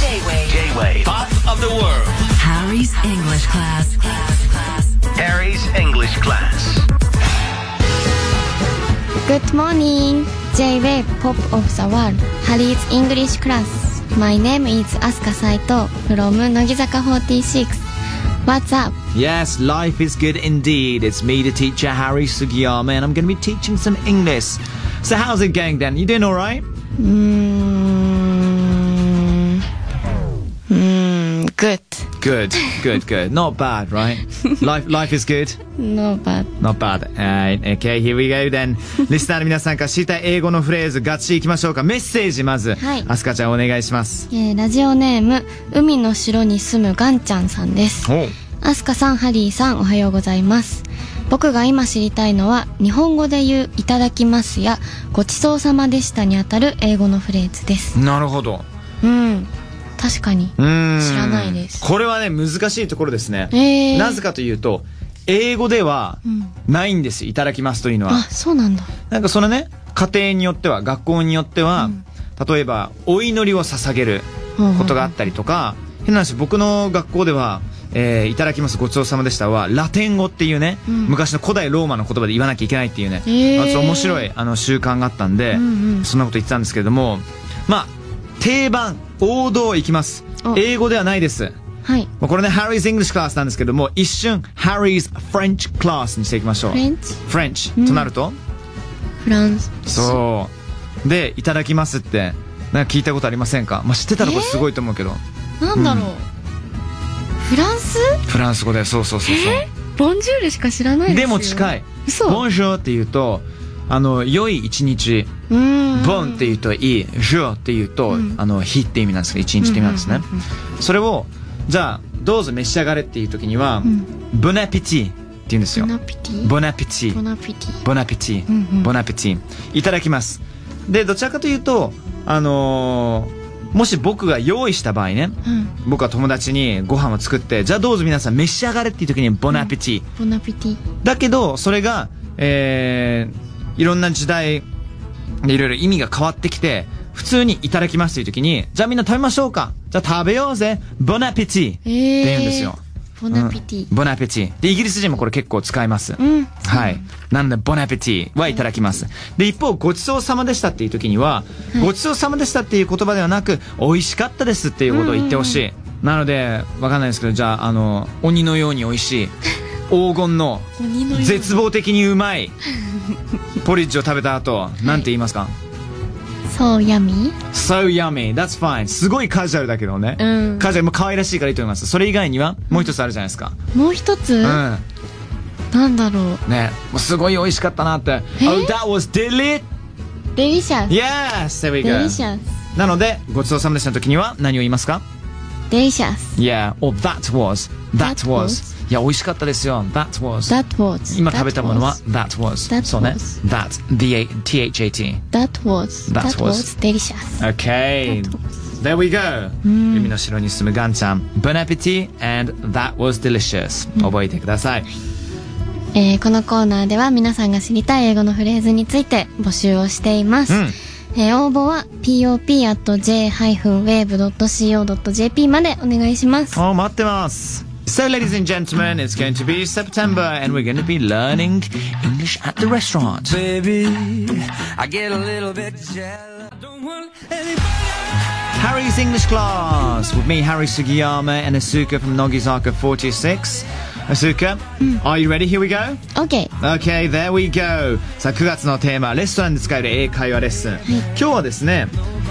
J-Wave. J-Wave. Top of the world. Harry's English class. Harry's English class. Good morning! J-Wave Pop of the World Harry's English Class My name is Asuka Saito from 乃木坂46 What's up? Yes, life is good indeed. It's me, the teacher Harry Sugiyama, and I'm going to be teaching some English. So, how's it going, Dan? You doing all right? うーん。うーん、Good Good, good, good. Not bad, right? Life, life is good. No but Not bad. Alright, okay, here we go then. リスナーの皆さんから知りたい英語のフレーズ、ガチいきましょうか。メッセージまず。はいアスカちゃんお願いします。えーラジオネーム海の城に住むガンちゃんさんですおアスカさんハリーさんおはようございます僕が今知りたいのは日本語で言う「いただきます」や「ごちそうさまでした」にあたる英語のフレーズですなるほど。うん確かにうーん。知らないですこれはね、難しいところですね。えー、なぜかというと、英語ではうんないんです。いただきますというのは。あそうなんだなんかそのね、家庭によっては、学校によっては、うん例えば、お祈りを捧げることがあったりとか、変な話、僕の学校では、えーいただきます、ごちそうさまでしたは、ラテン語っていうね、うん昔の古代ローマの言葉で言わなきゃいけないっていうね、へーあそう面白いあの習慣があったんで、うんうんそんなこと言ってたんですけれども、まあ、定番、王道いきますお。英語ではないです。はいまあこれね、Harry's English Class なんですけども、一瞬、Harry's French Class にしていきましょう。フレンチ French となると、フランスそうで「いただきます」ってなんか聞いたことありませんか、まあ、知ってたらこれすごいと思うけど、なんだろう、フランスフランス語でそうそうそうそうボンジュールしか知らないですよでも近い「嘘ボンジュー」って言うと「あの良い一日」うーんボンって言うといい、ジューって言うと、んあの、日って意味なんですけど、一日って意味なんですね。うんうんそれを、じゃあ、どうぞ召し上がれっていう時には、んボナピティって言うんですよボ。ナピティボナピティボ。ナピティボナペティ、うんうんボナペティいただきますでどちらかというとあのーもし僕が用意した場合ねうん僕は友達にご飯を作ってじゃあどうぞ皆さん召し上がれっていう時にボナペティ、ボナピティだけどそれがえー、いろんな時代でいろいろ意味が変わってきて普通にいただきますという時にじゃあみんな食べましょうかじゃあ食べようぜボナペティってええ言うんですよ、ボナピティうんボナペティでイギリス人もこれ結構使います、うんはい。なんで、ボナペティはいただきます。で、一方、ごちそうさまでしたっていう時には、ごちそうさまでしたっていう言葉ではなく、美味しかったですっていうことを言ってほしい。なので、わかんないですけど、じゃあ、あの、鬼のように美味しい、黄金の、鬼のよう絶望的にうまい、ポリッジを食べた後、なんて言いますかそう闇 ?so yummy, that's fine. すごいカジュアルだけどね。うんカジュアルも可愛らしいからいいと思います。それ以外には、もう一つあるじゃないですか。もう一つ、うん。なんだろうね、もうすごい美味しかったなって。Oh, that was delicious! デリシャス Yes! There we デ go. リシャスなので、ごちそうさまでしたの時には何を言いますかデリシャス ?Yeah, or that was, that That was. いや、美味しかったですよ。That was. That was 今食べたものは that That was. was そうね。That, the T-H-A-T. That was That That was was デリシャス Okay. There we go. 海の城に住むガンちゃん。Bon appetit and that was delicious. 覚えてください。えーこのコーナーでは皆さんが知りたい英語のフレーズについて募集をしています。うんえー応募は pop.j-wave.co.jp までお願いします。 Oh, 待ってます。So, ladies and gentlemen, it's going to be September, and we're going to be learning English at the restaurant. Baby, I get a little bit jealous. I don't want anybody. Harry's English class with me, Harry Sugiyama, and Asuka from Nogizaka 46. Asuka, are you ready? Here we go. OK! Okay, there we go. さあ、9月のテーマ、レストランで使える英会話レッスン。今日はですね、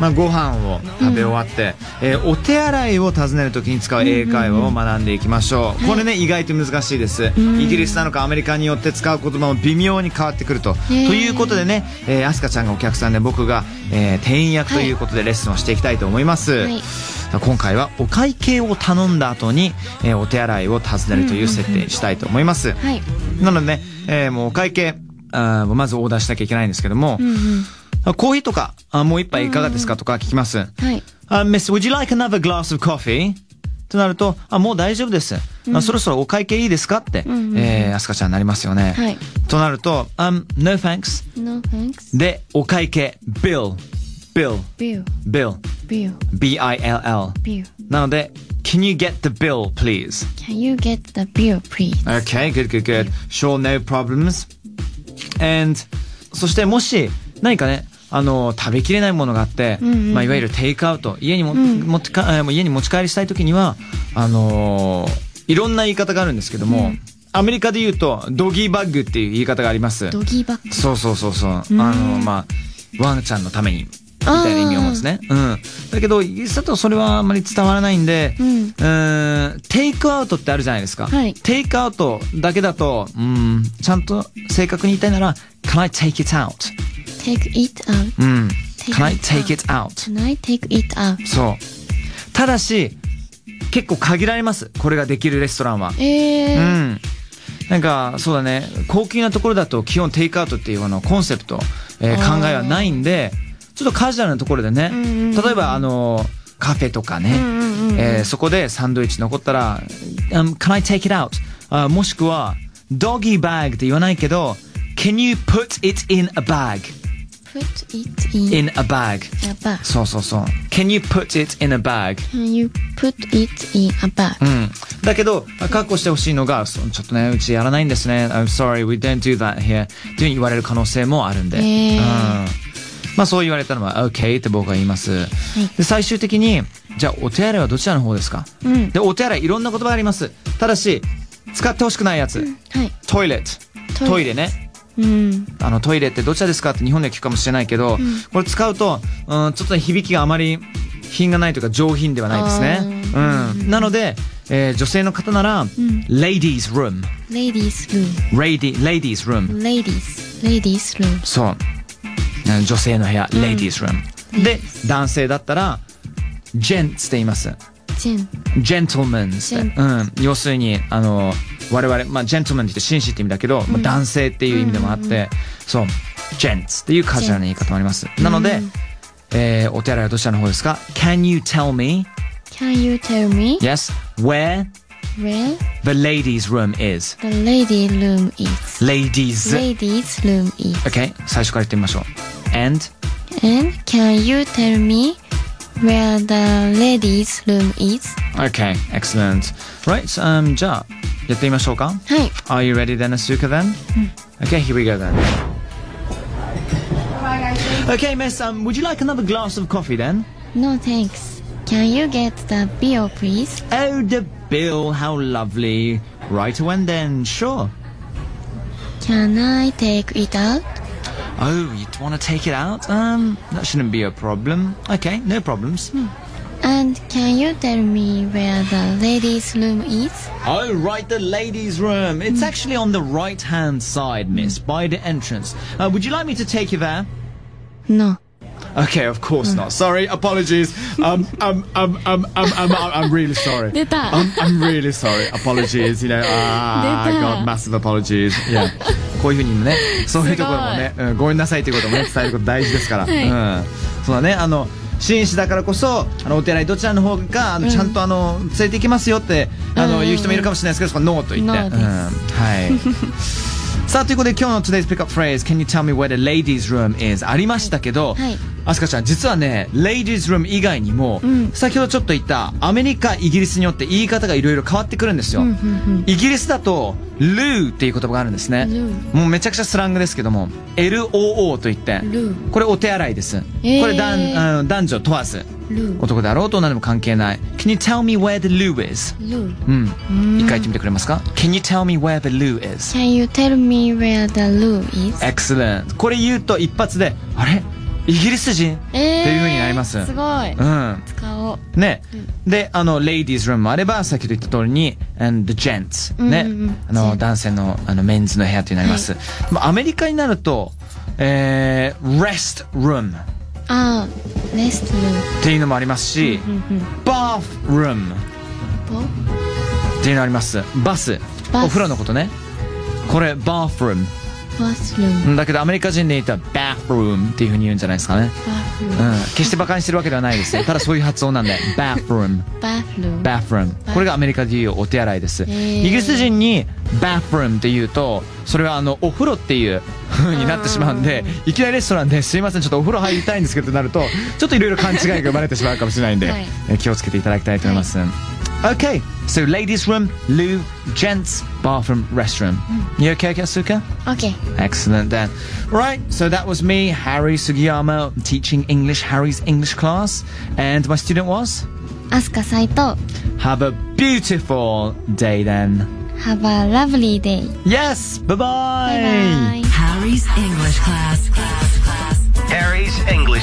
まあ、ご飯を食べ終わって、えーお手洗いを尋ねるときに使う英会話を学んでいきましょう。これね、意外と難しいです。イギリスなのかアメリカによって使う言葉も微妙に変わってくると。とへーいうことでね、えー、アスカちゃんがお客さんで僕が、えー店員役ということでレッスンをしていきたいと思います。いさあ今回はお会計を頼んだ後に、えーお手洗いを尋ねるという設定にしたいと思います。はい。なのでね、えーもうお会計、あーまずオーダーしなきゃいけないんですけども、コーヒーとか、あもう一杯いかがですかとか聞きます。はい。あ Miss, would you like another glass of coffee? となると、あ、もう大丈夫です。あそろそろお会計いいですかって、えー、アスカちゃんになりますよね。はいとなると、um, no thanks. No thanks. で、お会計、bill。 bill, bill, bill, bill, B-I-L-L. bill. なので、can you get the bill, please? Can you get the bill, please? Okay, good, good, good. Sure, no problems. And そしてもし何かねあの食べきれないものがあって、まあ、いわゆるテイクアウト家にも、持ってかえー家に持ち帰りしたい時にはあのーいろんな言い方があるんですけども、アメリカで言うとドギーバッグっていう言い方がありますドギーバッグ。そうそうそうそう、あのまあワンちゃんのためにみたいな意味を持つね、うん、だけどイギリスだとそれはあんまり伝わらないんで、うんーんテイクアウトってあるじゃないですか、はいテイクアウトだけだとうんちゃんと正確に言いたいなら「Can I take it out? take it out.」うん「 Take Can I it take it out? ？Can I take it out?」そうただし結構限られますこれができるレストランはえうー。ん。なんか、そうだね、高級なところだと基本テイクアウトっていうあのコンセプト、えー考えはないんで、ちょっとカジュアルなところでね、例えばあの、カフェとかね、えーそこでサンドイッチ残ったら、um, can I take it out? あもしくは、doggy bag って言わないけど、can you put it in a bag? Put it in, in a bag. a bag. そうそうそう。can you put it in a bag? Can you put it in a bag? うん、だけど、あ確保してほしいのが、そのちょっとね、うちやらないんですね。I'm sorry, we don't do that here. っていうふうに言われる可能性もあるんで。へーうん、まあそう言われたのは、OK って僕は言います。で、最終的に、じゃあお手洗いはどちらの方ですか、うんで、お手洗いいろんな言葉があります。ただし、使ってほしくないやつ。はい。トイレトイレトイレね。うん。あのトイレってどちらですかって日本では聞くかもしれないけど、これ使うと、うん、ちょっとね響きがあまり品がないというか上品ではないですね。うん、なので、えー女性の方なら、ladies room、 Ladies room. lady ladies room、 Ladies. Ladies room. そう、うん女性の部屋、ladies room。で、男性だったら gents って言います。 Gen. gentlemen って、うん、要するにあの我々、まあ、ジェントルマンって言って紳士って意味だけど、まあ、男性っていう意味でもあって、そうジェンツっていうカジュアルな言い方もありますなので、えーお手洗いはどちらの方ですか Can you tell me Can you tell me yes where where the ladies room is the lady room is? ladies Ladies room is. OK 最初から言ってみましょう and And can you tell me where the ladies room is? OK excellent right、um, じゃあやってみましょうかはい Are you ready then, Asuka then? Okay, here we go then. Okay, miss, um, would you like another glass of coffee then? No thanks. Can you get the bill please? Oh, the bill, how lovely. Right when then, sure. Can I take it out? Oh, you want to take it out? Um, that shouldn't be a problem. Okay, no problems. And can you tell me where the ladies room is? Oh, right, the ladies' room. It's actually on the right hand side, miss, by the entrance. Uh, would you like me to take you there? Hmm. No. Okay, of course not. Sorry, apologies. Um, um, um, um, um, um, um, I'm really sorry. 出た I'm, I'm really sorry. Apologies. You know, ah, 出た God, massive apologies. Yeah. こういうふうにね、そういうところもね、うんごめんなさいというこ ともね、伝えること大事ですから。うん。そうだね、あの、紳士だからこそ、あの、お寺にどちらの方が、あの、ちゃんとあの、連れて行きますよって、あの、言う人もいるかもしれないですけど、そこはノーと言って。ノーですうん。はい。 さあということで今日の Today's Pickup Phrase Can you tell me where the ladies room is ありましたけど、はいアスカちゃん実はね ladies room 以外にも、先ほどちょっと言ったアメリカイギリスによって言い方がいろいろ変わってくるんですよ、イギリスだと loo っていう言葉があるんですね loo もうめちゃくちゃスラングですけども LOO と言って loo これお手洗いです、ーこれ男あの男女問わず Loo. 男であろうと女でも関係ない Can you tell me where the loo is? Loo. うん一回言ってみてくれますか Can you tell me where the loo is? Can you tell me where the loo is? Excellent これ言うと一発であれイギリス人、えーっていう風になりますすごい。うん使おう。ね、であの ladies room もあれば先ほど言った通りに and the gents ね、うんうんうんあの gents 男性のあのメンズの部屋ってなります、まあアメリカになるとえー、rest room あー、レストっていうのもありますし、bath room ルーム。っていうのありますバスバスお風呂のことねこれバーフルームバスルームだけどアメリカ人で言ったらバッフルームっていうふうに言うんじゃないですかね、バスルうーんム、決して馬鹿にしてるわけではないですよただそういう発音な んでバッフルームバスルームバッフルームこれがアメリカで言うお手洗いです、ーイギリス人にバッフルームって言うとそれはあのお風呂っていう風になってしまうんでいきなりレストランですいませんちょっとお風呂入りたいんで すけどってなるとちょっといろいろ勘違いが生まれてしまうかもしれないんで、はいえ気をつけていただきたいと思います、Okay, so ladies room, loo, gents, bathroom, restroom. You okay, Katsuka? オッケー Excellent then. Right, so that was me, Harry Sugiyama, teaching English, Harry's English class. And my student was? アスカサイト Have a beautiful day then. Have a lovely day Yes, bye バイバイ Harry's English class. Harry's English